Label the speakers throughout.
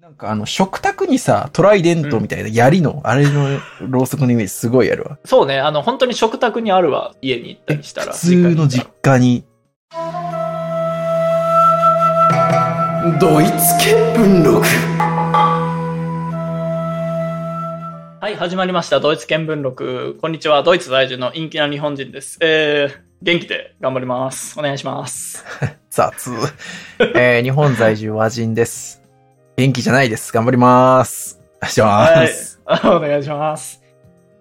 Speaker 1: なんかあの、食卓にさ、トライデントみたいな槍の、あれのろうそくのイメージすごいあるわ。
Speaker 2: そうね、あの、本当に食卓にあるわ、家に行っ た
Speaker 1: え
Speaker 2: りしたら。
Speaker 1: 普通の実家に。ドイツ見文録
Speaker 2: はい、始まりました。ドイツ見聞録。こんにちは。ドイツ在住の陰気な日本人です。えー、元気で頑張ります。お願いします。
Speaker 1: 雑。えー、 日本在住和人です。元気じゃないです。頑張ります。お願いし
Speaker 2: は
Speaker 1: ま
Speaker 2: い
Speaker 1: す。。
Speaker 2: お願いします。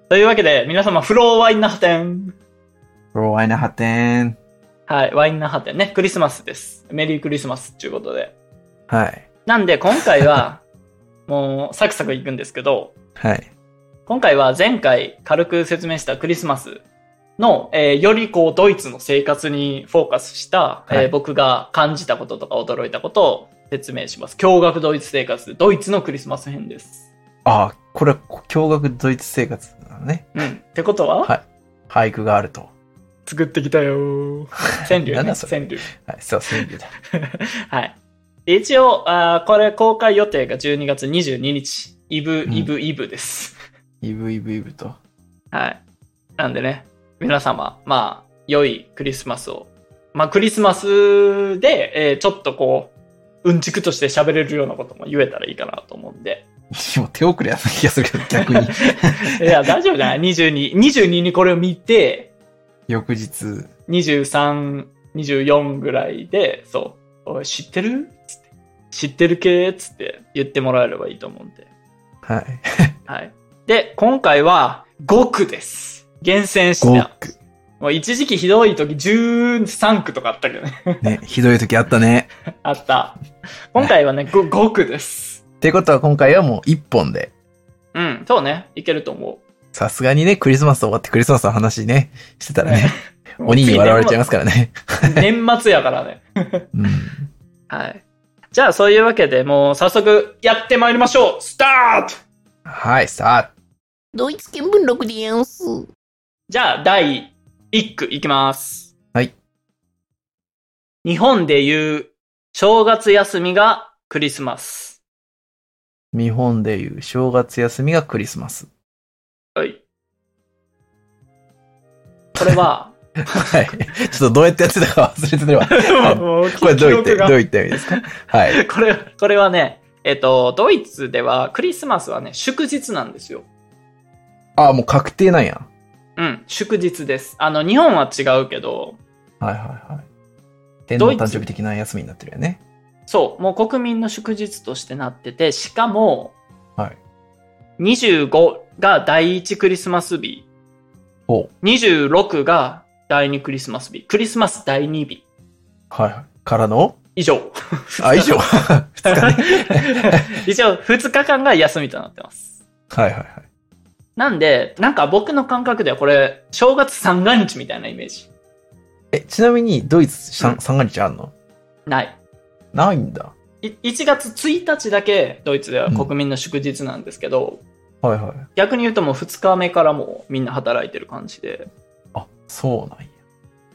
Speaker 2: というわけで、皆様、フローワインナハテン。
Speaker 1: フローアイナハテン。
Speaker 2: はい、ワインナハテンね、クリスマスです。メリークリスマスということで。
Speaker 1: はい。
Speaker 2: なんで、今 回は、もう、サクサクいくんですけど、
Speaker 1: はい。
Speaker 2: 今回は前回軽く説明したクリスマスの、えーよりこうドイツの生活にフォーカスした、
Speaker 1: は
Speaker 2: え
Speaker 1: い
Speaker 2: ー僕が感じたこととか驚いたことを説明します。驚愕ドイツ生活、ドイツのクリスマス編です。
Speaker 1: ああ、これは驚愕ドイツ生活なのね。
Speaker 2: うん。ってことは、
Speaker 1: はい俳句があると。
Speaker 2: 作ってきたよー。 川柳、
Speaker 1: なん
Speaker 2: ね、
Speaker 1: だそれ
Speaker 2: 川柳。
Speaker 1: はい、そう、そういう意味だ。
Speaker 2: はい。で一応あー、これ公開予定が12月22日。イブ、イブ、イブです。
Speaker 1: イブイブイブと。
Speaker 2: はい。なんでね、皆様、まあ、良いクリスマスを。まあ、クリスマスで、えーちょっとこう、うんちくとして喋れるようなことも言えたらいいかなと思うんで。
Speaker 1: もう手遅れやな気がするけど、逆 に。
Speaker 2: いや、大丈夫じゃない ?22、22にこれを見て、
Speaker 1: 翌日。
Speaker 2: 23、24ぐらいで、そう、おい、知ってるつって知ってる系つって言ってもらえればいいと思うんで。
Speaker 1: はい。
Speaker 2: はい。で、今回は、5区です。厳選した。
Speaker 1: 5区。
Speaker 2: もう一時期ひどい時13区とかあったけどね。
Speaker 1: ね、ひどい時あったね。
Speaker 2: あった。今回はね、ご5区です。
Speaker 1: ってことは今回はもう1本で。
Speaker 2: うん、そうね。いけると思
Speaker 1: さすがにね、クリスマス終わってクリスマスの話ね、してたらね、
Speaker 2: う。。
Speaker 1: 鬼に笑われちゃいますすから ね。
Speaker 2: 年末やからね。
Speaker 1: うん。
Speaker 2: はい。じゃあ、そういうわけでもう、早速、やってまいりましょうスタート
Speaker 1: はい、さあ、
Speaker 3: ドイツ見聞録でやんす。
Speaker 2: じゃあ、第1区いきます。
Speaker 1: はい。
Speaker 2: 日本でいう、正月休みがクリスマス。
Speaker 1: 日本でいう正月休みがクリスマス。
Speaker 2: はい。こ れは、
Speaker 1: はい。ちょっとどうやってやってたか忘れてたわ。
Speaker 2: もう
Speaker 1: これどういっ
Speaker 2: 記
Speaker 1: て、
Speaker 2: 憶が
Speaker 1: どういった意味ですかはい。
Speaker 2: これ、これはね、えっと、ドイツではクリスマスはね、祝日なんですよ。
Speaker 1: ああ、もう確定なんや。
Speaker 2: うん、祝日です。あの、日本は違うけど、
Speaker 1: はいはいはい。天皇誕生日的な休みになってるよね。
Speaker 2: そう、もう国民の祝日としてなってて、しかも、
Speaker 1: はい。
Speaker 2: 25が第1クリスマス日、
Speaker 1: ほう。
Speaker 2: 26が第2クリスマス日、クリスマス第2日、
Speaker 1: はいはい。からの
Speaker 2: 以上。
Speaker 1: あ、以 上。2日ね。
Speaker 2: 以上、2日間が休みとなってます。
Speaker 1: はいはいはい。
Speaker 2: なんで、なんか僕の感覚ではこれ、正月三が日みたいなイメージ。
Speaker 1: え、ちなみにドイツ
Speaker 2: う
Speaker 1: 三
Speaker 2: ん
Speaker 1: 三が日あるの
Speaker 2: ない。
Speaker 1: ないんだ。
Speaker 2: い1月1日だけドイツでは国民の祝日なんですけど、
Speaker 1: はいはい。
Speaker 2: 逆に言うともう2日目からもうみんな働いてる感じで、
Speaker 1: あ、そうなんや。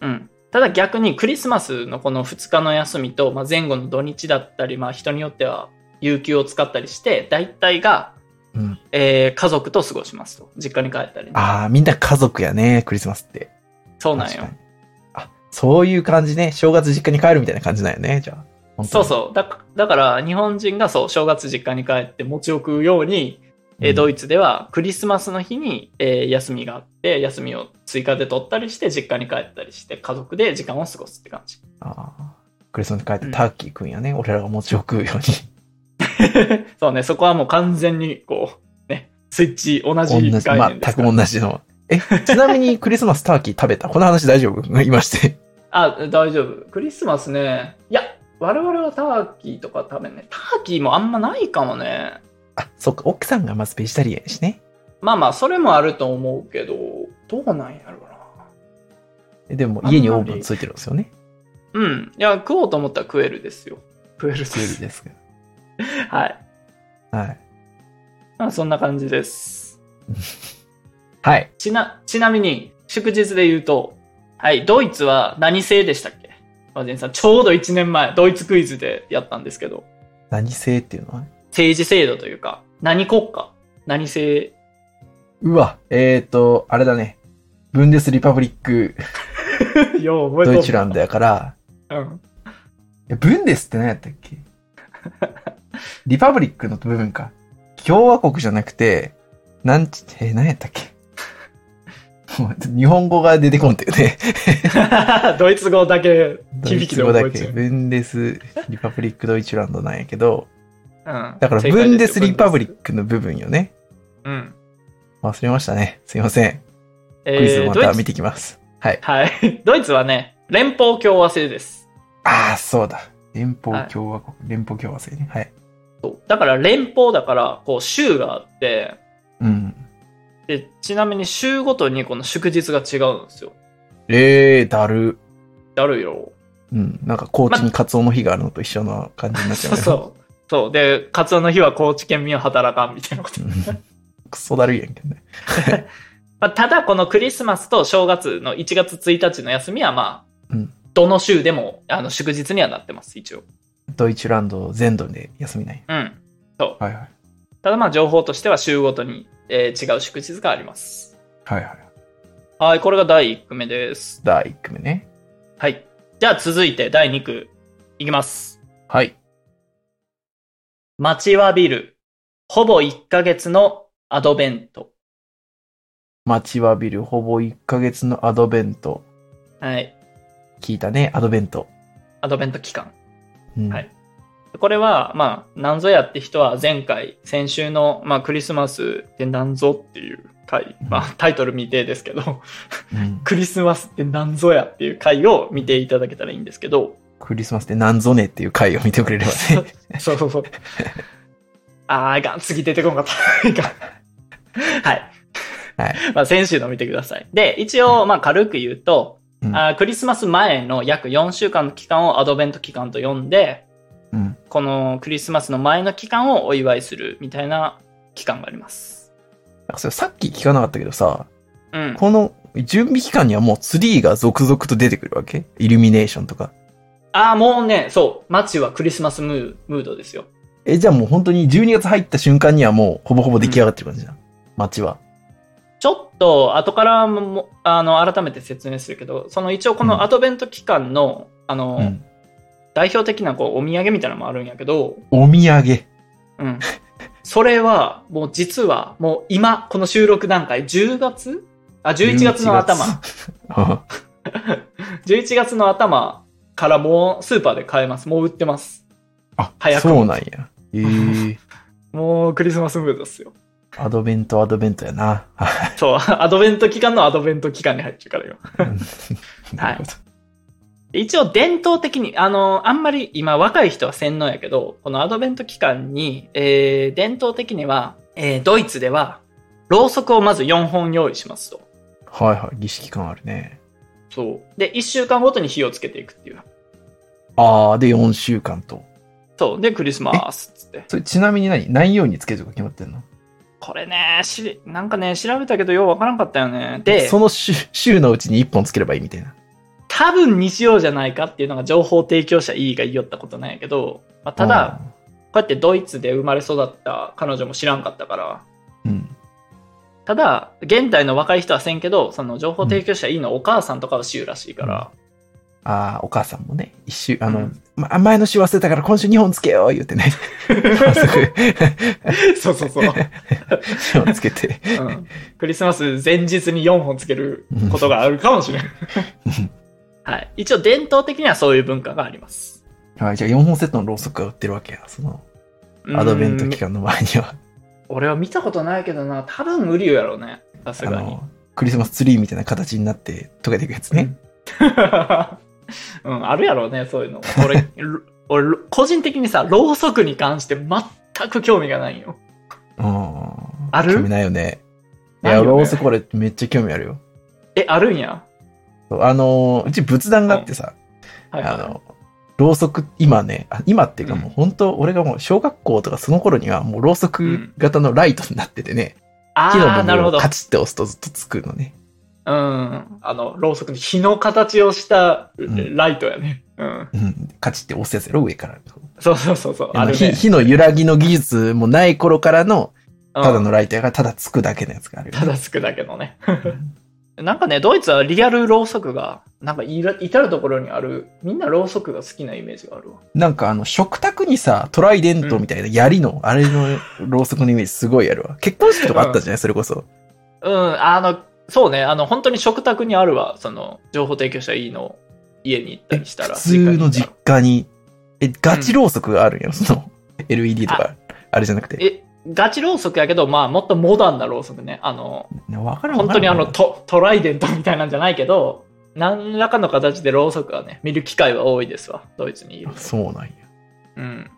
Speaker 2: うん、ただ逆にクリスマスのこの2日の休みと、まあ、前後の土日だったり、まあ、人によっては有給を使ったりして大体が、
Speaker 1: うん
Speaker 2: えー家族と過ごしますと実家に帰ったりね、
Speaker 1: ああ、みんな家族やね、クリスマスって。
Speaker 2: そうなん
Speaker 1: 確
Speaker 2: よ
Speaker 1: かにあ、そういう感じね。正月実家に帰るみたいな感じなんよね、じゃあ。本当
Speaker 2: そう
Speaker 1: に
Speaker 2: そうだかだから日本人がそう正月実家に帰って持ち送るようにえードイツではクリスマスの日に、えー休みがあって休みを追加で取ったりして実家に帰ったりして家族で時間を過ごすって感じ
Speaker 1: ああクリスマスに帰ってターキー行くんやね、俺らが持ち送るように。
Speaker 2: そうねそこはもう完全にこうねスイッチ同じ
Speaker 1: 同じ、
Speaker 2: 概念で
Speaker 1: 全
Speaker 2: す
Speaker 1: く
Speaker 2: から、
Speaker 1: 同じの。え、ちなみ にクリスマスターキー食べたこの話大丈夫 いまして。
Speaker 2: あ大丈夫クリスマスねいや我々はターキーとか食べんねターキーもあんまないかもね
Speaker 1: あ、そっか、奥さんがまずベジタリアンやしね。
Speaker 2: まあまあそれもあると思うけどどうなんやろうな
Speaker 1: えでも
Speaker 2: あんまり
Speaker 1: 家にオーブンついてるんですよね。
Speaker 2: うんいや食おうと思ったら食えるですよ食えるで
Speaker 1: クール
Speaker 2: す
Speaker 1: ですけ
Speaker 2: はい
Speaker 1: ど。はい。
Speaker 2: まあそんな感じです
Speaker 1: はい。
Speaker 2: ちな、ちなみに、祝日で言うと、はい、ドイツは何制でしたっけマジンさん、ちょうど1年前、ドイツクイズでやったんですけど、
Speaker 1: 何製っていうのは
Speaker 2: 政治制度というか、何国家何政
Speaker 1: うわ、えっ、ー、と、あれだね。ブンデスリパブリック、
Speaker 2: よう覚えと
Speaker 1: ド
Speaker 2: ん
Speaker 1: イツランドやから、
Speaker 2: うん。
Speaker 1: えブンデスって何やったっけリパブリックの部分か。共和国じゃなくて、なんち、えー何やったっけ もう日本語が出てこんっていうね。
Speaker 2: ドイツ語だけ
Speaker 1: ドイ
Speaker 2: 響き
Speaker 1: ツ
Speaker 2: で
Speaker 1: 語
Speaker 2: 覚
Speaker 1: だ
Speaker 2: えて
Speaker 1: け。
Speaker 2: る。
Speaker 1: ブンデスリパブリックドイツランドなんやけど、
Speaker 2: だ
Speaker 1: だからブンデスリパブリッ。クの部分よね。
Speaker 2: うん。
Speaker 1: 忘れましたね。すいません。
Speaker 2: え
Speaker 1: クイズ
Speaker 2: ー、
Speaker 1: ま
Speaker 2: ド
Speaker 1: た
Speaker 2: イ
Speaker 1: 見
Speaker 2: ツ
Speaker 1: てきます。はい。
Speaker 2: はい。 ドイツはね、連邦共和制です。
Speaker 1: ああ、そうだ。連邦共和国、連邦共和制ね。はい。
Speaker 2: そうだから連邦だから、こう、州があって、
Speaker 1: うん。
Speaker 2: で、ちなみに州ごとにこの祝日が違うんですよ。
Speaker 1: ええー、だる。
Speaker 2: あるよ。
Speaker 1: うん。なんか高知にカツオの日があるのと一緒の感じになっちゃう
Speaker 2: そう
Speaker 1: ね。
Speaker 2: そう。そう。で、カツオの日は高知県民は働かんみたいなこと。
Speaker 1: うんクソだるいやんけどね。
Speaker 2: まあ、ただ、このクリスマスと正月の1月1日の休みは、まあ、
Speaker 1: うん
Speaker 2: どの州でもあの祝日にはなってます、一応。
Speaker 1: ドイツランド全土で休みない。
Speaker 2: うん。
Speaker 1: はいはい。
Speaker 2: ただ、まあ、情報としては州ごとに、えー違う祝日があります。
Speaker 1: はいはい。
Speaker 2: はい、これが第1句目です。
Speaker 1: 第1組ね。
Speaker 2: はい。じゃあ、続いて第2句いきます。
Speaker 1: はい。
Speaker 2: 待ちわびる。ほぼ1ヶ月のアドベント。
Speaker 1: 待ちわびるほぼ1ヶ月のアドベント。
Speaker 2: はい。
Speaker 1: 聞いたね、アドベント。
Speaker 2: アドベント期間。
Speaker 1: うん
Speaker 2: はいこれは、まあ、なんぞやって人は前回、先週の、まあ、クリスマスってなんぞっていう回、まあ、タイトル未定ですけど、
Speaker 1: うん
Speaker 2: クリスマスってなんぞやっていう回を見ていただけたらいいんですけど、
Speaker 1: クリスマスってなんぞねっていう回を見てくれればね。
Speaker 2: そうそうそう。あー、いかん。次出てこんかった。い かん。はい。
Speaker 1: はい
Speaker 2: まあ、先週の見てください。で、一応、まあ、軽く言うと、
Speaker 1: うん
Speaker 2: あークリスマス前の約4週間の期間をアドベント期間と呼んで、
Speaker 1: うん
Speaker 2: このクリスマスの前の期間をお祝いするみたいな期間があります。
Speaker 1: なんかそれさっき聞かなかったけどさ、
Speaker 2: うん。
Speaker 1: この準備期間にはもうツリーが続々と出てくるわけイルミネーションとか。
Speaker 2: ああ、もうね、そう、街はクリスマスムームードですよ。
Speaker 1: え、じゃあもう本当に12月入った瞬間にはもうほぼほぼ出来上がってる感じだ。街は。
Speaker 2: ちょっと、後からも、あの、改めて説明するけど、その一応こ
Speaker 1: うん
Speaker 2: のアドベント期間の、あの、
Speaker 1: うん。
Speaker 2: 代表的なこうお土産みたいなのもあるんやけど、
Speaker 1: お土産。
Speaker 2: うん。 それは、もう実は、もう今、この収録段階、10月あ、11月の頭。
Speaker 1: 頭。
Speaker 2: 11月の頭からもうスーパーで買えます。もう売ってます。
Speaker 1: あ、
Speaker 2: 早く
Speaker 1: そうなんや。えー、
Speaker 2: もうクリスマスムードですよ。
Speaker 1: アドベントアドベントや な。はい
Speaker 2: そう、アドベント期間のアドベント期間に入ってるからよ。
Speaker 1: なるほど
Speaker 2: 一応伝統的に、あの、あんまり今若い人は洗脳やけど、このアドベント期間に、えー、伝統的には、えー、ドイツでは、ろうそくをまず4本用意しますと。
Speaker 1: はいはい。儀式感あるね。
Speaker 2: そう。で、1週間ごとに火をつけていくっていう。
Speaker 1: あー、で4週間と。
Speaker 2: そう。で、クリスマスっつって。
Speaker 1: それちなみに何何曜につけるとか決まってんの
Speaker 2: これね、し、なんかね、調べたけどようわからんかったよね。で
Speaker 1: そ、の週週のうちに1本つければいいみたいな。
Speaker 2: 多分日曜じゃないかっていうのが情報提供者 E が言いよったことなんやけど、まあ、ただ、こうやってドイツで生まれ育った彼女も知らんかったから、
Speaker 1: うん、うん。
Speaker 2: ただ、現代の若い人はせんけど、その情報提供者 E のお母さんとかは知るらしいから、
Speaker 1: ああ、お母さんもね、一週、あの、
Speaker 2: うん
Speaker 1: ま、前の週忘れたから今週2本つけよう言うて ね、早速、
Speaker 2: そうそうそう、
Speaker 1: 2本つけて。
Speaker 2: うんクリスマス前日に4本つけることがあるかも しれん。はい。一応伝統的にはそういう文化があります。
Speaker 1: はい、じゃあ4本セットのろうそくが売ってるわけや、その、アドベント期
Speaker 2: 間。
Speaker 1: 間の前には。
Speaker 2: 俺は見たことないけどな、多分無理やろうね。さす
Speaker 1: あ
Speaker 2: がに。
Speaker 1: の、クリスマスツリーみたいな形になって溶けていくやつね。
Speaker 2: うん、うんあるやろうね、そういうの。俺、 ろ俺、ろ個人的にさ、ろうそくに関して全く興味がないんよ。
Speaker 1: うん。
Speaker 2: ある
Speaker 1: 興味ないよね。い
Speaker 2: ない
Speaker 1: や、
Speaker 2: よね
Speaker 1: ろうそく俺めっちゃ興味あるよ。
Speaker 2: え、あるんや。
Speaker 1: そうあの、うち仏壇があってさ、
Speaker 2: はい、
Speaker 1: あの、ろうそく、今ね、あ今っていうか
Speaker 2: うん
Speaker 1: もう本当、俺がもう小学校とかその頃にはもうろうそく型のライトになっててね、
Speaker 2: あ
Speaker 1: 木の
Speaker 2: あー、な
Speaker 1: 部
Speaker 2: るほ
Speaker 1: 分
Speaker 2: ど
Speaker 1: を。カチッて押すとずっとつくのね。
Speaker 2: うん。あの、ろうそくの火の形をした
Speaker 1: ん
Speaker 2: ライトやね。うん。
Speaker 1: うん。カチって押すやつやろ、上から。
Speaker 2: そうそうそうそう。あ
Speaker 1: あの
Speaker 2: る
Speaker 1: 火
Speaker 2: ね。
Speaker 1: 火の揺らぎの技術もない頃からの、
Speaker 2: うん
Speaker 1: ただのライトやからただつくだけのやつがあるよ
Speaker 2: ただつくだけのね。なんかね、ドイツはリアルろうそくが、なんかいら至るところにある、みんなろうそくが好きなイメージがあるわ。
Speaker 1: なんかあの、食卓にさ、トライデントみたいな槍の、あれのろうそくのイメージすごいあるわ。結婚式とかあったじゃない、それこそ。
Speaker 2: うん、あの、そうね、あの、本当に食卓にあるわ、その、情報提供者いいの家に行った
Speaker 1: え
Speaker 2: りしたら。
Speaker 1: 普通の実
Speaker 2: 家
Speaker 1: 家に、え、ガチろうそくがあるんよ、その、LED とか、あれじゃなく
Speaker 2: に行
Speaker 1: て。
Speaker 2: ったら。え、ガチろうそくやけど、まあ、もっとモダンなろうそくね。あの、
Speaker 1: ねわからんわ
Speaker 2: 本
Speaker 1: か
Speaker 2: 当
Speaker 1: らん
Speaker 2: にあのト、トライデントみたいなんじゃないけど、何らかの形でろうそくはね、見る機会は多いですわ、ドイツにいる。
Speaker 1: そうなんや。
Speaker 2: うん。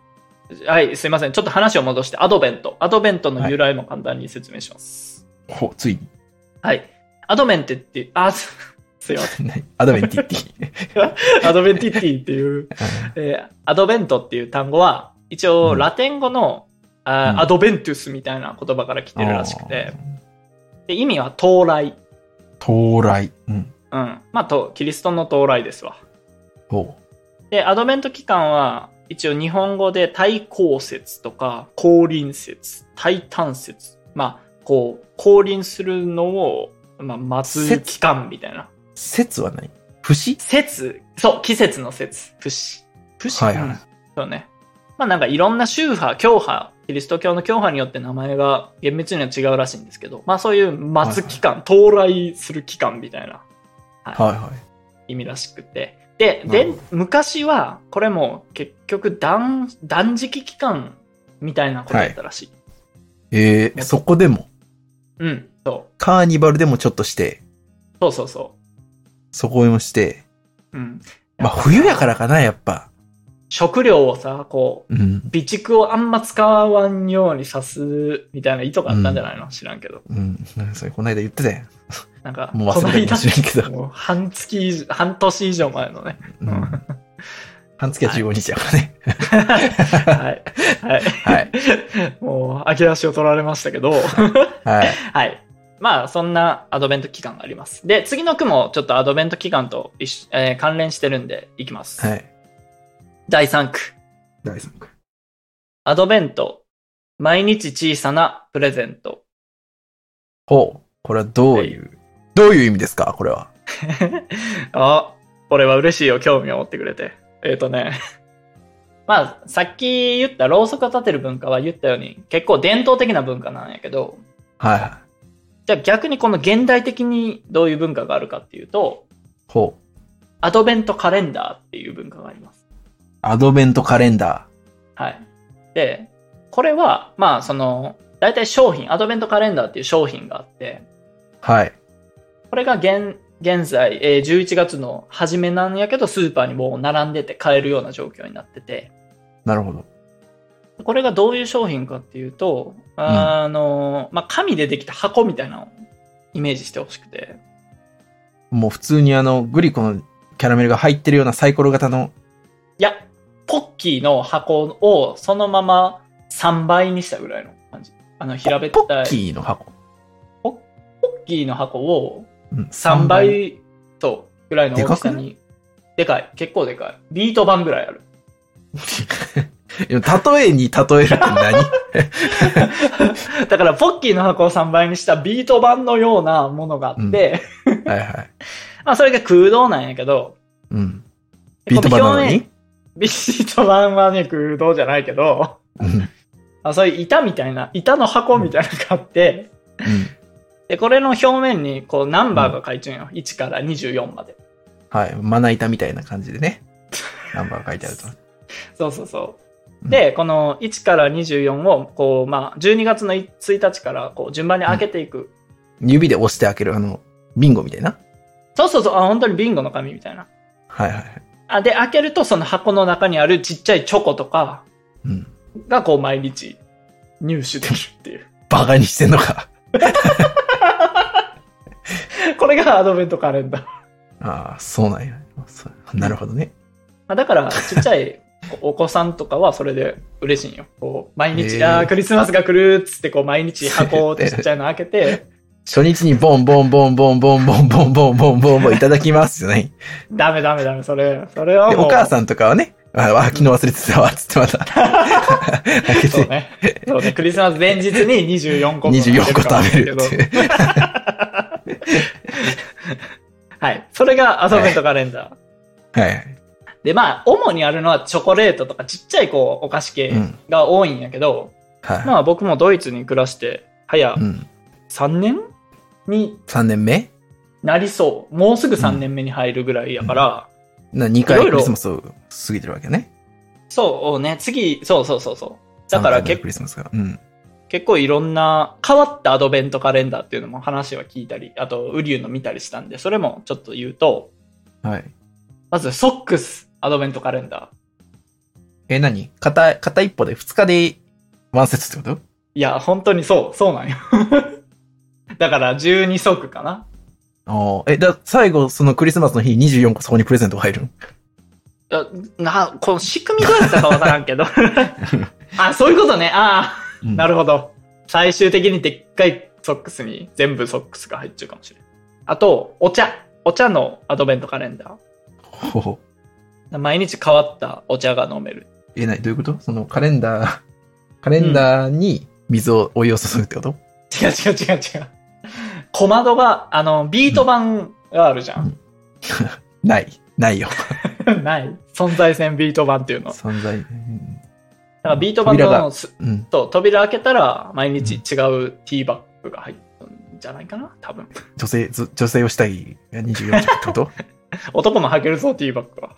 Speaker 2: はい、すいません。ちょっと話を戻して、アドベント。アドベントの由来も簡単に説明します。
Speaker 1: ほ、ついに。
Speaker 2: はい。アドメンテって、あ、すすいま せ
Speaker 1: ないアドベンティテ ィ。
Speaker 2: ん。アドベンティティっていう、えーアドベントっていう単語は、一応
Speaker 1: うん
Speaker 2: ラテン語の、あー
Speaker 1: うん
Speaker 2: アドベントゥスみたいな言葉から来てるらしくて、で意味は到来。
Speaker 1: 到来。うん。
Speaker 2: うん。まあと、キリストの到来ですわ。
Speaker 1: ほ
Speaker 2: で、アドベント期間は、一応日本語で対降節とか、降臨節、対誕節。まあ、こう、降臨するのを、まあ、待つ期間みたいな。
Speaker 1: う。節は何節
Speaker 2: 節、そう、季節の節、不死。不死、
Speaker 1: はいはい
Speaker 2: うんそうね。まあなんかいろんな宗派、教派、キリスト教の教派によって名前が厳密には違うらしいんですけど、まあそういう待つ期間、到来する期間みたいな
Speaker 1: はいはい。
Speaker 2: 意味らしくて。で、
Speaker 1: な
Speaker 2: で
Speaker 1: るほ
Speaker 2: 昔は、これも結局断、断食期間みたいなことだったらしい。
Speaker 1: えー、そこでも、
Speaker 2: うん、そう。
Speaker 1: カーニバルでもちょっとして、
Speaker 2: そうそうそ
Speaker 1: そこもして、
Speaker 2: う。うん。
Speaker 1: まあ冬やからかな、やっぱ。
Speaker 2: 食料をさ、こう、
Speaker 1: うん。
Speaker 2: 備蓄をあんま使わんようにさすみたいな意図があったんじゃないの、知らんけど。
Speaker 1: うん。なんかそれこの間言ってたやん。
Speaker 2: なんか、
Speaker 1: もう忘れたかもしれんけど
Speaker 2: この間もう半月以上、半年以上前のね。
Speaker 1: うん。半月は15日やからね。
Speaker 2: はい。はい。
Speaker 1: はい。
Speaker 2: もう、秋出しを取られましたけど。
Speaker 1: はい。
Speaker 2: はい。まあ、そんなアドベント期間があります。で、次の句もちょっとアドベント期間と一緒、えー関連してるんで、いきます。
Speaker 1: はい。
Speaker 2: 第3句。
Speaker 1: 第3回。
Speaker 2: アドベント。毎日小さなプレゼント。
Speaker 1: ほう。これはどういう、どういう意味ですかこれは。
Speaker 2: あ、これは嬉しいよ。興味を持ってくれて。えっ、とね。 まあ、さっき言ったろうそくを立てる文化は言ったように、結構伝統的な文化なんやけど、
Speaker 1: はいはい。
Speaker 2: じゃあ逆にこの現代的にどういう文化があるかっていうと、
Speaker 1: ほう。
Speaker 2: アドベントカレンダーっていう文化があります。
Speaker 1: アドベントカレンダ
Speaker 2: はい。で、これは、まあ、その、大体商品、アドベントカレンダーっていう商品があって、
Speaker 1: ー。はい。
Speaker 2: これが現、現在、えー11月の初めなんやけど、スーパーにもう並んでて買えるような状況になってて、
Speaker 1: なるほど。
Speaker 2: これがどういう商品かっていうと、あの、まあ、紙でできた箱みたいなのをイメージしてほしくて、
Speaker 1: もう普通にあの、グリコのキャラメルが入ってるようなサイコロ型の、
Speaker 2: いや、ポッキーの箱をそのまま3倍にしたぐらいの感じ。あの、平べっ
Speaker 1: ポ
Speaker 2: た
Speaker 1: ッキー
Speaker 2: い、ポ
Speaker 1: の箱。
Speaker 2: ッキーの箱を
Speaker 1: うん、
Speaker 2: 3。倍とぐらいの大きさ
Speaker 1: で
Speaker 2: に。でかい。結構でかい。ビート版ぐらいある。
Speaker 1: いや例えに例えるって何
Speaker 2: だから、ポッキーの箱を3倍にしたビート版のようなものがあって、
Speaker 1: はいはい。
Speaker 2: まあ、それが空洞なんやけど、
Speaker 1: うん。ビートバナナに
Speaker 2: ビート版はね、空洞じゃないけど、
Speaker 1: うん。うん
Speaker 2: あそういう板みたいな、板の箱みたいなのがあって、で、これの表面に、こう、ナンバーが書いてるよ。1から24まで。
Speaker 1: はい。まな板みたいな感じでね。ナンバーが書いてあると。
Speaker 2: そうそうそうう。
Speaker 1: ん
Speaker 2: で、この1から24を、こう、まあ、12月の1日から、こう、順番に開けていく。
Speaker 1: 指で押して開ける、あの、ビンゴみたいな。
Speaker 2: そうそうそう、あ、本当にビンゴの紙みたいな。
Speaker 1: はいはいはい。
Speaker 2: あ、で、開けると、その箱の中にあるちっちゃいチョコとか
Speaker 1: うん。
Speaker 2: が、こう、毎日入手できるっていう。
Speaker 1: バカにしてんのか。
Speaker 2: これがアドベントカレンダー。
Speaker 1: ああ、そうなんや。そうなるほどね。
Speaker 2: まあ、だから、ちっちゃいお 子さんとかは、それで嬉しいんよ。こう、毎日、
Speaker 1: へー
Speaker 2: あークリスマスが来るっつって、こう、毎日箱をちっちゃいの開けて、
Speaker 1: 初日にボンボンボンボンボンボンボンボンボンボンボンいただきますじゃない。で、
Speaker 2: ダメダメダメ、それ、それはもう。
Speaker 1: お母さんとかはね、あ、あ昨日忘れてたわ、つってまた。開け
Speaker 2: そう
Speaker 1: て、
Speaker 2: ね。そうね。クリスマス前日に24個
Speaker 1: 24個食べるっていう。
Speaker 2: はい。それがアドベントカレンダー。
Speaker 1: はいはい。
Speaker 2: で、まあ、主にあるのはチョコレートとかちっちゃいこうお菓子系
Speaker 1: うん
Speaker 2: が多いんやけど、
Speaker 1: は
Speaker 2: まあ僕もドイツに暮らして、早
Speaker 1: い。うん。
Speaker 2: 3年に
Speaker 1: 3年目
Speaker 2: なりそう。もうすぐ3年目に入るぐらいやから、
Speaker 1: な ?2 回
Speaker 2: いろい
Speaker 1: ク
Speaker 2: ろ
Speaker 1: リスマスを過ぎてるわけね。
Speaker 2: そうね、次、そうそうそうそう。だから
Speaker 1: 3回目の
Speaker 2: け
Speaker 1: クリスマスが。うん。
Speaker 2: 結構いろんな変わったアドベントカレンダーっていうのも話は聞いたり、あと、ウリュウの見たりしたんで、それもちょっと言うと、
Speaker 1: はい。
Speaker 2: まずソックスアドベントカレンダー。
Speaker 1: え、何片、片一歩で2日でワンセットってこ
Speaker 2: いや、本当にそう、そうなんよ。 だから12足かな。
Speaker 1: とおーえ、だ、最後、そのクリスマスの日24個そこにプレゼントが入るの
Speaker 2: あな、この仕組みどうやったかわからん けど。あ、そういうことね。ああ、なるほど。最終的にでっかいソックスに全部ソックスが入っちゃうかもしれん。あと、お茶。お茶のアドベントカレンダ
Speaker 1: ほほ
Speaker 2: ー。毎日変わったお茶が飲める。
Speaker 1: え、なにどういうことそのカレンダー、カレンダーに水を、お湯を注ぐってこと
Speaker 2: 違う違う違う違う。小窓が、あの、ビート板があるじゃん。
Speaker 1: ない。ないよ。
Speaker 2: ない。存在線ビート板っていうの。だ
Speaker 1: 存在。うん
Speaker 2: からビート板
Speaker 1: 扉が
Speaker 2: のす
Speaker 1: うん。
Speaker 2: そう、扉開けたら、毎日違うティーバッグが入ったんじゃないかな多分。
Speaker 1: 女性、ず女性をしたい24着ってこと
Speaker 2: 男も履けるぞ、ティーバッグは。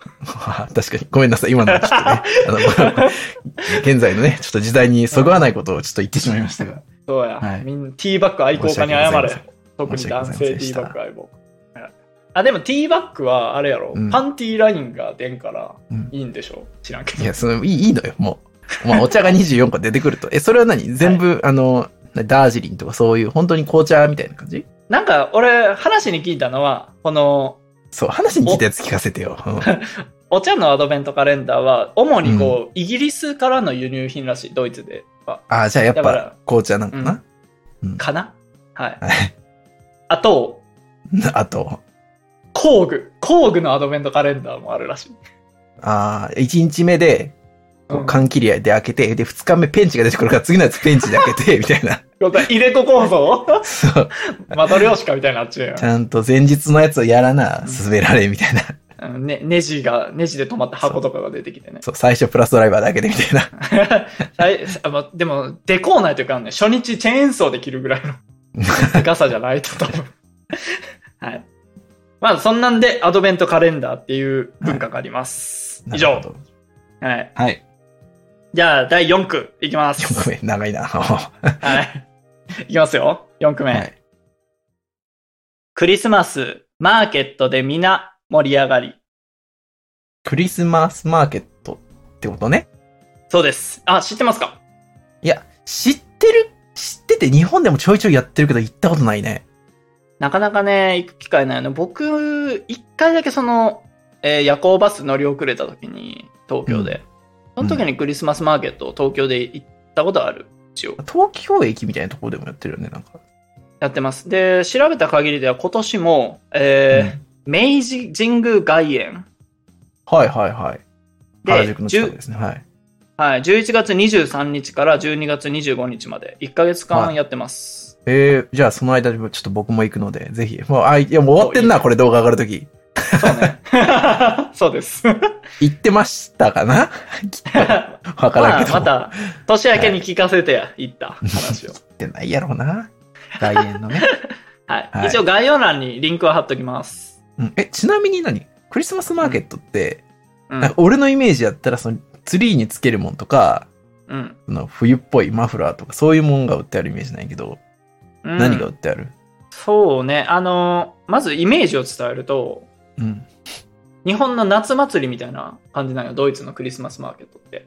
Speaker 1: 確かに。ごめんなさい。今のはちょっとね。あの、 現在のね、ちょっと時代にそぐわないことをちょっと言ってしまいましたが。
Speaker 2: そうや。
Speaker 1: はい
Speaker 2: みんなティーバッグ愛好家に
Speaker 1: 申
Speaker 2: 謝
Speaker 1: し訳ございませ
Speaker 2: れ
Speaker 1: ん。
Speaker 2: 特に男
Speaker 1: 申し訳
Speaker 2: 性
Speaker 1: ございません
Speaker 2: テ
Speaker 1: で
Speaker 2: ィー
Speaker 1: した
Speaker 2: バッグ愛好家。はいあ、でもティーバッグは、あれやろ、
Speaker 1: うん
Speaker 2: パンティーラインが出んから
Speaker 1: うん、
Speaker 2: いいんでしょ知らんけ
Speaker 1: い
Speaker 2: ど。
Speaker 1: や、その、いい、いいのよ、もう。まあ、お茶が24個出てくると。え、それは何全部、あの、ダージリンとかそういう、本当に紅茶みたいな感じ
Speaker 2: なんか、俺、話に聞いたのは、この、
Speaker 1: そう、話に聞いたやつ聞かせてよ。 うん
Speaker 2: お茶のアドベントカレンダーは、主にこう、イギリスからの輸入品らしい、ドイツでは。
Speaker 1: あ、じゃあやっ
Speaker 2: だから
Speaker 1: ぱ、紅茶なんかな、
Speaker 2: かなはい。
Speaker 1: はい
Speaker 2: あと、
Speaker 1: あと、
Speaker 2: 工具。工具のアドベントカレンダーもあるらしい。
Speaker 1: あー1日目で、こう
Speaker 2: うん
Speaker 1: 缶切りで開けて、で、2日目ペンチが出てくるから、次のやつペンチで開けて、みたいな。
Speaker 2: 入れ子構 造
Speaker 1: そう。
Speaker 2: マトリョーシカみたいになっちゃう やん
Speaker 1: ちゃんと前日のやつをやらな
Speaker 2: うん、
Speaker 1: 滑られ、みたいな。
Speaker 2: あのね、ネジが、ネジで止まった箱とかが出てきてね。
Speaker 1: そう、最初プラスドライバーだけで、みたいな。
Speaker 2: 最 あまでも、デコーないというかね、初日チェーンソーで切るぐらい の高さじゃないと多分。はい。まあ、そんなんでアドベントカレンダーっていう文化があります。以
Speaker 1: な
Speaker 2: 上
Speaker 1: る。ほど。
Speaker 2: はい。
Speaker 1: はい。
Speaker 2: じゃあ、第4句いきます。
Speaker 1: ごめん、長いな。
Speaker 2: はい。いきますよ。4句目。
Speaker 1: はい
Speaker 2: クリスマス、マーケットで皆盛り上がり。
Speaker 1: クリスマスマーケットってことね。
Speaker 2: そうです。あ、知ってますか
Speaker 1: いや、知ってる、知ってて日本でもちょいちょいやってるけど行ったことないね。
Speaker 2: なかなかね、行く機会ないの。僕、一回だけその、えー夜行バス乗り遅れた時に、東京で。
Speaker 1: うん
Speaker 2: その時にクリスマスマーケットを東京で行ったことある。一応。
Speaker 1: 東京駅みたいなところでもやってるよね、なんか。
Speaker 2: やってます。で、調べた限りでは今年も、えー明治神宮外苑
Speaker 1: うんはいはいはい。
Speaker 2: で
Speaker 1: 原宿の近くですね。はい。
Speaker 2: はい、11月23日から12月25日まで、1ヶ月間やってます。
Speaker 1: えー、じゃあその間でもちょっと僕も行くので、ぜひ。もう、あ、いやもう終わってんな、これ動画上がるとき。
Speaker 2: そう ね。そうです。
Speaker 1: 行ってましたかなきっと。
Speaker 2: ま
Speaker 1: わからんけ
Speaker 2: あ、
Speaker 1: ど。
Speaker 2: また、年明けに聞かせてや、行った話を。
Speaker 1: 行ってないやろうな。外苑のね。
Speaker 2: はい。
Speaker 1: はい
Speaker 2: 一応概要欄にリンクは貼っときます。
Speaker 1: うん、え、ちなみに何クリスマスマーケットって、
Speaker 2: うん
Speaker 1: なんか。俺のイメージやったら、そのツリーにつけるもんとか、
Speaker 2: うん。
Speaker 1: その冬っぽいマフラーとか、そういうもんが売ってあるイメージないけど、
Speaker 2: うん
Speaker 1: 何が売ってある
Speaker 2: そうね。あの、まずイメージを伝えると、
Speaker 1: うん。
Speaker 2: 日本の夏祭りみたいな感じなんよ。ドイツのクリスマスマーケットって。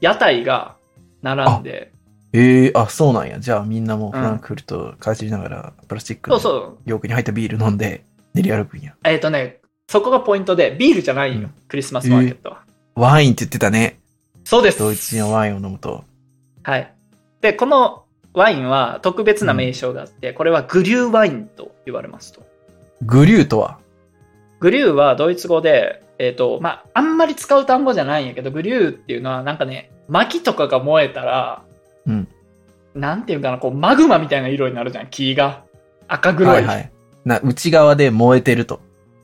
Speaker 2: 屋台が並んで、
Speaker 1: ええあ、そうなんや。じゃあみんなもうフランクフルトかじりながら、プラスチック
Speaker 2: そう
Speaker 1: の
Speaker 2: そう、
Speaker 1: 容器に入ったビール飲んで、練り歩くんや。
Speaker 2: えっ、とね、そこがポイントで、ビールじゃないん
Speaker 1: う
Speaker 2: よ、
Speaker 1: ん
Speaker 2: クリスマスマーケットは。
Speaker 1: ワインって言ってたね。
Speaker 2: そうです。
Speaker 1: ドイツ人はワインを飲むと。
Speaker 2: はい。で、このワインは特別な名称があって、これはグリューワインと言われますと。
Speaker 1: グリューとは
Speaker 2: グリューはドイツ語で、えっ、と、まあ、あんまり使う単語じゃないんやけど、グリューっていうのはなんかね、薪とかが燃えたら、
Speaker 1: うん
Speaker 2: なんていうんかな、こう、マグマみたいな色になるじゃん、木が。赤黒い。
Speaker 1: はいはい。な、内側で燃えてると。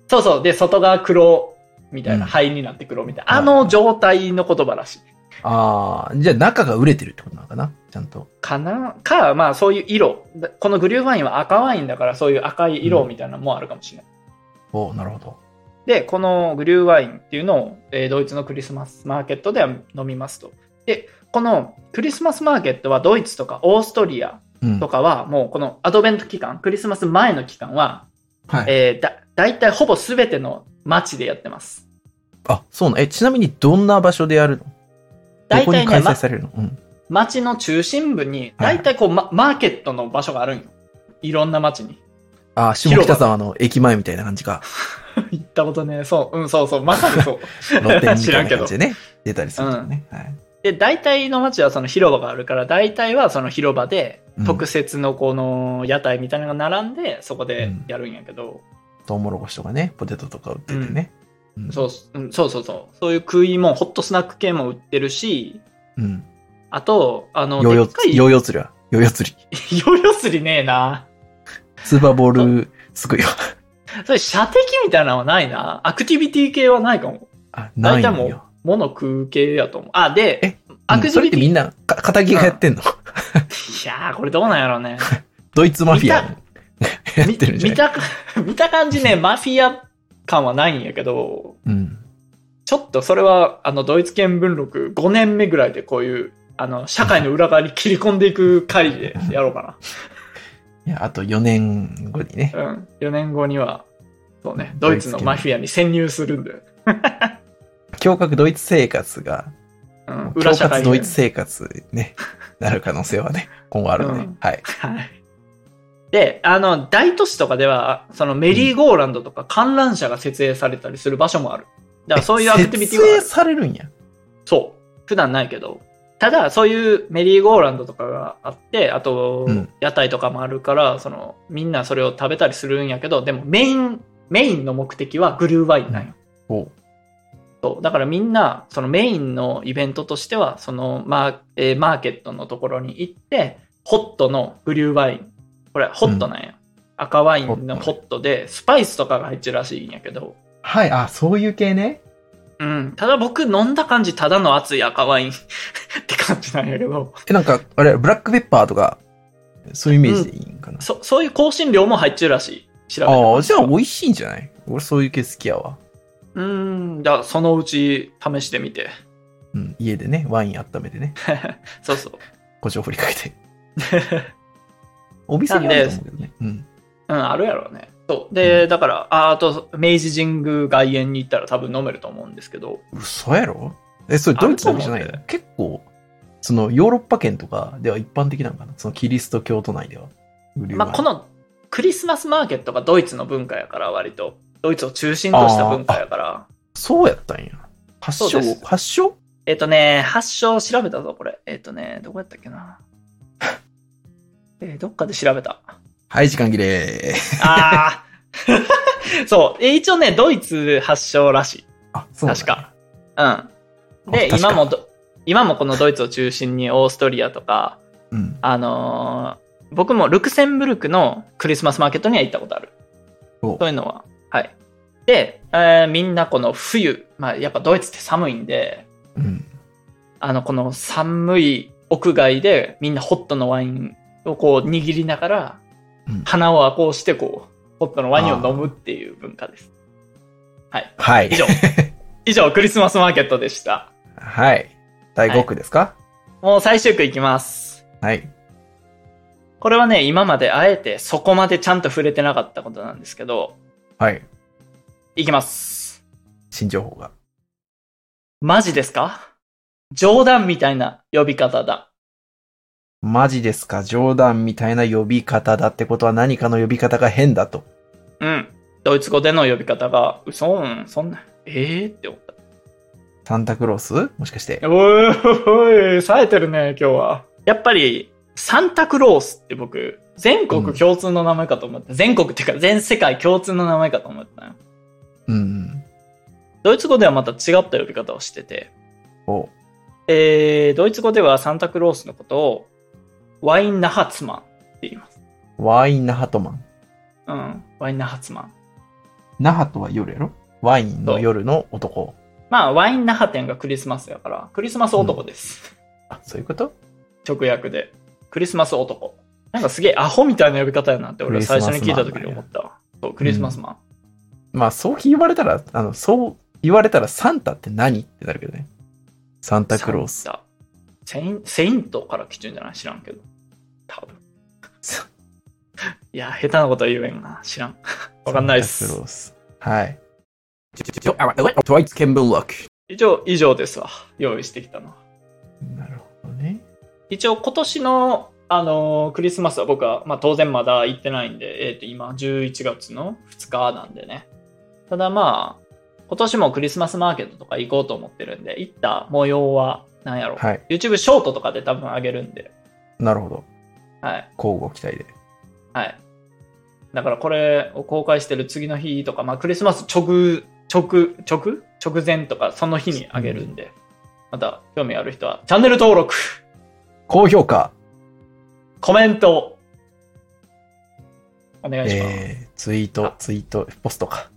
Speaker 2: そうそう。で、外側黒みたいな、
Speaker 1: うん
Speaker 2: 灰になって黒みたいな。
Speaker 1: は
Speaker 2: あ
Speaker 1: い
Speaker 2: の状態の言葉らしい。
Speaker 1: ああ、じゃあ中が売れてるってことなのかなちゃんと。
Speaker 2: かなか、まあそういう色。だこのグリューワインは赤ワインだからそういう赤い色みたいなのもあるかもしれない。
Speaker 1: おおなるほど。
Speaker 2: で、このグリューワインっていうのを、えードイツのクリスマスマーケットでは飲みますと。で、このクリスマスマーケットはドイツとかオーストリア
Speaker 1: うん。
Speaker 2: とかはもうこのアドベント期間、クリスマス前の期間は、
Speaker 1: はい。
Speaker 2: えーだ、だいたいほぼ全ての街でやってます。
Speaker 1: あ、そうなの。え、ちなみにどんな場所でやるのど
Speaker 2: 大
Speaker 1: こ
Speaker 2: 体
Speaker 1: に
Speaker 2: ね、
Speaker 1: 開
Speaker 2: ま
Speaker 1: 催されるのうん。
Speaker 2: 街の中心部に、
Speaker 1: はい
Speaker 2: 大体こう、まマーケットの場所があるんよ。いろんな街に。
Speaker 1: あー、下北沢の駅前みたいな感じか。
Speaker 2: 行ったことね、そう、うん、そうそう、まさにそう。
Speaker 1: 露店み
Speaker 2: 知
Speaker 1: た
Speaker 2: ら
Speaker 1: い
Speaker 2: ん
Speaker 1: な
Speaker 2: け
Speaker 1: 感
Speaker 2: ど
Speaker 1: じでね。出たりするとかね。はい。
Speaker 2: で、大体の街はその広場があるから、大体はその広場で
Speaker 1: うん、
Speaker 2: 特設のこの屋台みたいなのが並んで、そこでやるんやけど、
Speaker 1: トウモロコシとかね、ポテトとか売っててね。うん
Speaker 2: そう、うん、そうそうそう、そういう食い物、ホットスナック系も売ってるし、
Speaker 1: うん。
Speaker 2: あと、あの、
Speaker 1: ヨーヨ
Speaker 2: でっかい
Speaker 1: ー、ヨーヨー釣りは。ヨーヨー釣り。
Speaker 2: ヨーヨー釣りねえな。
Speaker 1: スーパーボールすくいは。
Speaker 2: それ、射的みたいなのはないな。アクティビティ系はないかも。
Speaker 1: あ、な
Speaker 2: 大
Speaker 1: い
Speaker 2: 体
Speaker 1: ん
Speaker 2: もう
Speaker 1: よ。、
Speaker 2: 物食う系やと思う。あ、で、
Speaker 1: え
Speaker 2: ア
Speaker 1: うん
Speaker 2: クテ
Speaker 1: そ
Speaker 2: ィ
Speaker 1: れっ
Speaker 2: ビ
Speaker 1: て
Speaker 2: ティ、
Speaker 1: みんな、か仇がやってんの
Speaker 2: いやー、これどうなんやろうね。
Speaker 1: ドイツマフィアの やってるんじゃ
Speaker 2: 見
Speaker 1: ない
Speaker 2: た、見た感じね、マフィア感はないんやけど、
Speaker 1: うん。
Speaker 2: ちょっとそれは、あの、ドイツ圏文録5年目ぐらいでこういう、あの、社会の裏側に切り込んでいく会でやろうか
Speaker 1: いや、あと4年後にね。
Speaker 2: な。うん。4年後には、そうね、ドイツのマフィアに潜入するんで、
Speaker 1: 強革ドイツ生活が、
Speaker 2: うん、
Speaker 1: 強
Speaker 2: 裏社会
Speaker 1: 革
Speaker 2: に
Speaker 1: ドイツ生活ね、 なる可能性はね、今後あるね。
Speaker 2: うん
Speaker 1: はい。
Speaker 2: はい。で、あの、大都市とかでは、そのメリーゴーランドとか観覧車が設営されたりする場所もある。だからそういうアクティビティはあ
Speaker 1: 設
Speaker 2: る
Speaker 1: 営されるんや。
Speaker 2: そう。普段ないけど。ただ、そういうメリーゴーランドとかがあって、あと
Speaker 1: うん、
Speaker 2: 屋台とかもあるから、その、みんなそれを食べたりするんやけど、でもメイン、メインの目的はグルーワインなんよ。
Speaker 1: お
Speaker 2: そう。だからみんな、そのメインのイベントとしては、そのマー、えーマーケットのところに行って、ホットのグリューワイン。これ、ホットなんや。赤ワインのホットで、スパイスとかが入ってるらしいんやけど。
Speaker 1: はい、あ、そういう系ね。
Speaker 2: うん。ただ僕飲んだ感じ、ただの熱い赤ワイン って感じなんやけど。
Speaker 1: え、なんか、あれ、ブラックペッパーとか、そういうイメージでいいんかな。
Speaker 2: そそういう香辛料も入ってるらしい。調べて
Speaker 1: あ
Speaker 2: ま
Speaker 1: あ、
Speaker 2: す
Speaker 1: じゃあ美味しいんじゃない俺そういう系好きやわ。
Speaker 2: うーん、じゃあそのうち試してみて。
Speaker 1: うん、家でね、ワイン温めてね、
Speaker 2: そうそう。
Speaker 1: 胡椒振りかけて。 お店にあると思うけどね。うん。
Speaker 2: うん、あるやろうね。そう。で、だから、ああと、明治神宮外苑に行ったら多分飲めると思うんですけど。
Speaker 1: 嘘やろえ、それドイツだけじゃない
Speaker 2: あると
Speaker 1: の
Speaker 2: 思
Speaker 1: 結構、そのヨーロッパ圏とかでは一般的なのかなそのキリスト教徒内では。売り
Speaker 2: ま
Speaker 1: は
Speaker 2: あ、このクリスマスマーケットがドイツの文化やから、割と。ドイツを中心とした文化やから。
Speaker 1: そうやったんや。発
Speaker 2: そ
Speaker 1: 祥
Speaker 2: うです
Speaker 1: 発祥
Speaker 2: えっ、とね、発祥調べたぞ、これ。えっ、とね、どこやったっけな。えーどっかで調べ た。
Speaker 1: はい、時間切れ。
Speaker 2: ああ。 そう。え一応ね、ドイツ発祥らしい。
Speaker 1: あ、そうなんや
Speaker 2: 確か。うん。で、
Speaker 1: あ確か
Speaker 2: 今もど、今もこのドイツを中心にオーストリアとか、
Speaker 1: うん。
Speaker 2: あのー僕もルクセンブルクのクリスマスマーケットには行ったことある。
Speaker 1: お
Speaker 2: そういうのは。はい。で、えーみんなこの冬、まあやっぱドイツって寒いんで、
Speaker 1: うん。
Speaker 2: あの、この寒い屋外でみんなホットのワインをこう握りながら
Speaker 1: うん、
Speaker 2: 鼻をこうしてこう、ホットのワインを飲むっていう文化です。
Speaker 1: はい
Speaker 2: 以。上。以上、クリスマスマーケットでした。
Speaker 1: はい。第5区ですか
Speaker 2: もう最終句いきます。
Speaker 1: はい。
Speaker 2: これはね、今まであえてそこまでちゃんと触れてなかったことなんですけど、
Speaker 1: はい。
Speaker 2: いきます。
Speaker 1: 新情報が。
Speaker 2: マジですか冗談みたいな呼び方だ。
Speaker 1: マジですか冗談みたいな呼び方だってことは何かの呼び方が変だと。
Speaker 2: うん。ドイツ語での呼び方が、嘘ん、そんな、ええー、って思った。
Speaker 1: サンタクロースもしかして。
Speaker 2: おいおいおい、冴えてるね、今日は。やっぱり、サンタクロースって僕、全国共通の名前かと思った。全国っていうか、全世界共通の名前かと思ったよ。
Speaker 1: うん。
Speaker 2: ドイツ語ではまた違った呼び方をしてて、
Speaker 1: お
Speaker 2: えー、ドイツ語ではサンタクロースのことを、ワインナハツマンって言います。
Speaker 1: ワインナハトマン。
Speaker 2: うん、ワインナハツマン。
Speaker 1: ナハとは夜やろワインの夜の男。
Speaker 2: まあ、ワインナハ店がクリスマスやから、クリスマス男です。
Speaker 1: あ、そういうこと
Speaker 2: 直訳で。クリスマス男。なんかすげえアホみたいな呼び方やなって俺は最初に聞いた時に思ったわ。そう、クリスマスマン。
Speaker 1: まあ、そう言われたら、あの、そう言われたらサンタって何ってなるけどね。サンタクロース。
Speaker 2: サンタ。セインセイントから来てんじゃない知らんけど。多 分。
Speaker 1: サ
Speaker 2: いや、下手なことは言えんな。知らん。わかんないっ
Speaker 1: サンタクロ。
Speaker 2: す
Speaker 1: ース。はい。ちょ、あ、ドイツ見聞録。
Speaker 2: 以上、以上ですわ。用意してきたのは。
Speaker 1: なるほどね。
Speaker 2: 一応今年の、あのークリスマスは僕は、まあ、当然まだ行ってないんで、えー、と今11月の2日なんでねただまあ今年もクリスマスマーケットとか行こうと思ってるんで行った模様は何やろう、
Speaker 1: はい。
Speaker 2: YouTube ショートとかで多分上げるんで
Speaker 1: なるほど。
Speaker 2: はい
Speaker 1: 交互期待で。
Speaker 2: はいだからこれを公開してる次の日とか、まあ、クリスマス直直直直前とかその日に上げるんで、また興味ある人はチャンネル登録
Speaker 1: 高評価。
Speaker 2: コメントお願いします、
Speaker 1: えー、ツイート
Speaker 2: あ、
Speaker 1: ツイート、ポストか。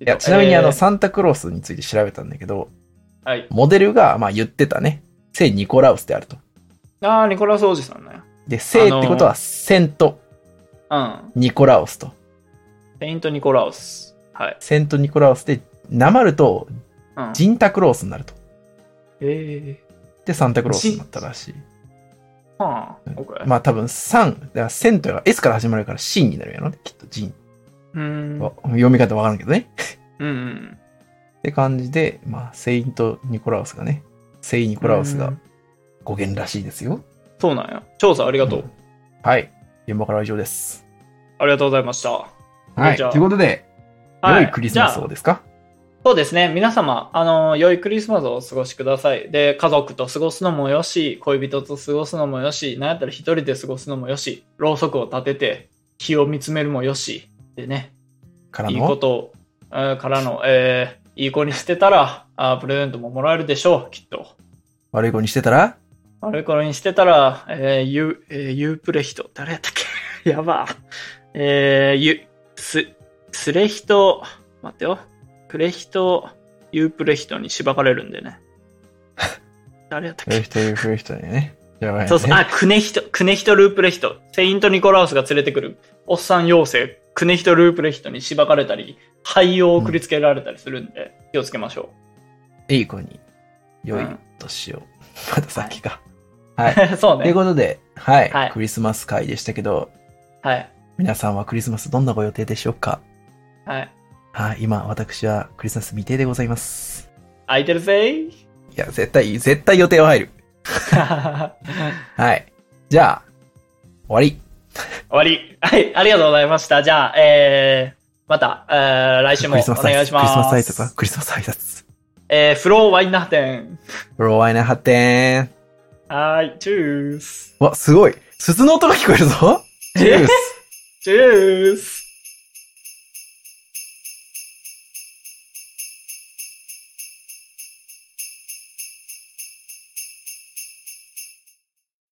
Speaker 1: いや、ちなみにあの、サンタクロースについて調べたんだけど、
Speaker 2: はい。
Speaker 1: モデルが、まあ言ってたね。聖ニコラウスであると。
Speaker 2: ああ、ニコラス王子さんね。
Speaker 1: で、聖ってことは、セント・
Speaker 2: うん。
Speaker 1: ニコラウスと。
Speaker 2: ペイント・ニコラウス。はい。
Speaker 1: セント・ニコラウスで、なまると、
Speaker 2: うん。
Speaker 1: ジンタクロースになると。
Speaker 2: ええ
Speaker 1: で、サンタクロースになったらしい。
Speaker 2: ー。はあ、僕、
Speaker 1: まあ多分、サン、だからセントが S から始まるから、シンになるやろね。きっと、ジン。
Speaker 2: うーん。うん
Speaker 1: わ読み方わからんけどね。
Speaker 2: うん。
Speaker 1: って感じで、まあ、セイント・ニコラウスがね、聖ニコラウス
Speaker 2: う
Speaker 1: が
Speaker 2: ん
Speaker 1: 語源らしいですよ。
Speaker 2: そうなんや。調査ありがとう。
Speaker 1: うんはい。現場からは以上です。
Speaker 2: ありがとうございました。
Speaker 1: はい。
Speaker 2: じゃあ
Speaker 1: ということで、
Speaker 2: は
Speaker 1: 良いクリスマス
Speaker 2: じゃ
Speaker 1: を
Speaker 2: あ
Speaker 1: ですか
Speaker 2: そうですね。皆様、あの、良いクリスマスをお過ごしください。で、家族と過ごすのもよし、恋人と過ごすのもよし、なんやったら一人で過ごすのもよし、ろうそくを立てて、日を見つめるもよし、でね、
Speaker 1: から
Speaker 2: いいこ
Speaker 1: の、
Speaker 2: とをえーからの、えーいい子にしてたらあー、プレゼントももらえるでしょう、きっと。
Speaker 1: 悪い子にしてたら、
Speaker 2: 悪い子にしてたら、えー、ゆ、えー、ゆうプレヒト、誰やったっけ やば。えー、ゆ、す、すれひと、待ってよ。プレヒト、ゆうプレヒトにしばかれるんでね。誰やったっ
Speaker 1: そういう
Speaker 2: け
Speaker 1: 人、そういう人にね。やばいね。
Speaker 2: そうそう、あ、クネヒト、クネヒトループレヒト。セイント・ニコラウスが連れてくる、おっさん妖精、クネヒト・ループレヒトにしばかれたり、灰を送りつけられたりするんで、気をつけましょ。。
Speaker 1: いい子に、良い年を。また先か。はいう
Speaker 2: そう
Speaker 1: という
Speaker 2: ね。
Speaker 1: ことで、はい、
Speaker 2: はい
Speaker 1: クリスマス会でしたけど、
Speaker 2: はい。
Speaker 1: 皆さんはクリスマスどんなご予定でしょうか
Speaker 2: はい。
Speaker 1: はい、今、私はクリスマス未定でございます。
Speaker 2: 空いてるぜ い
Speaker 1: いや、絶対、絶対予定は入る。
Speaker 2: 終
Speaker 1: はい。じゃあ、終わり。
Speaker 2: わり。はい。ありがとうございました。じゃあ、えー、また、えー、来週もお
Speaker 1: クリスマス
Speaker 2: 願いします。
Speaker 1: 挨拶はクリスマス挨拶はクリスマス挨
Speaker 2: えー、フローワインナー店。
Speaker 1: 拶。ロワイナ発展。
Speaker 2: はーい。チュース。
Speaker 1: わ、すごい。鈴の音が聞こえるぞ。チュース。
Speaker 2: チュース。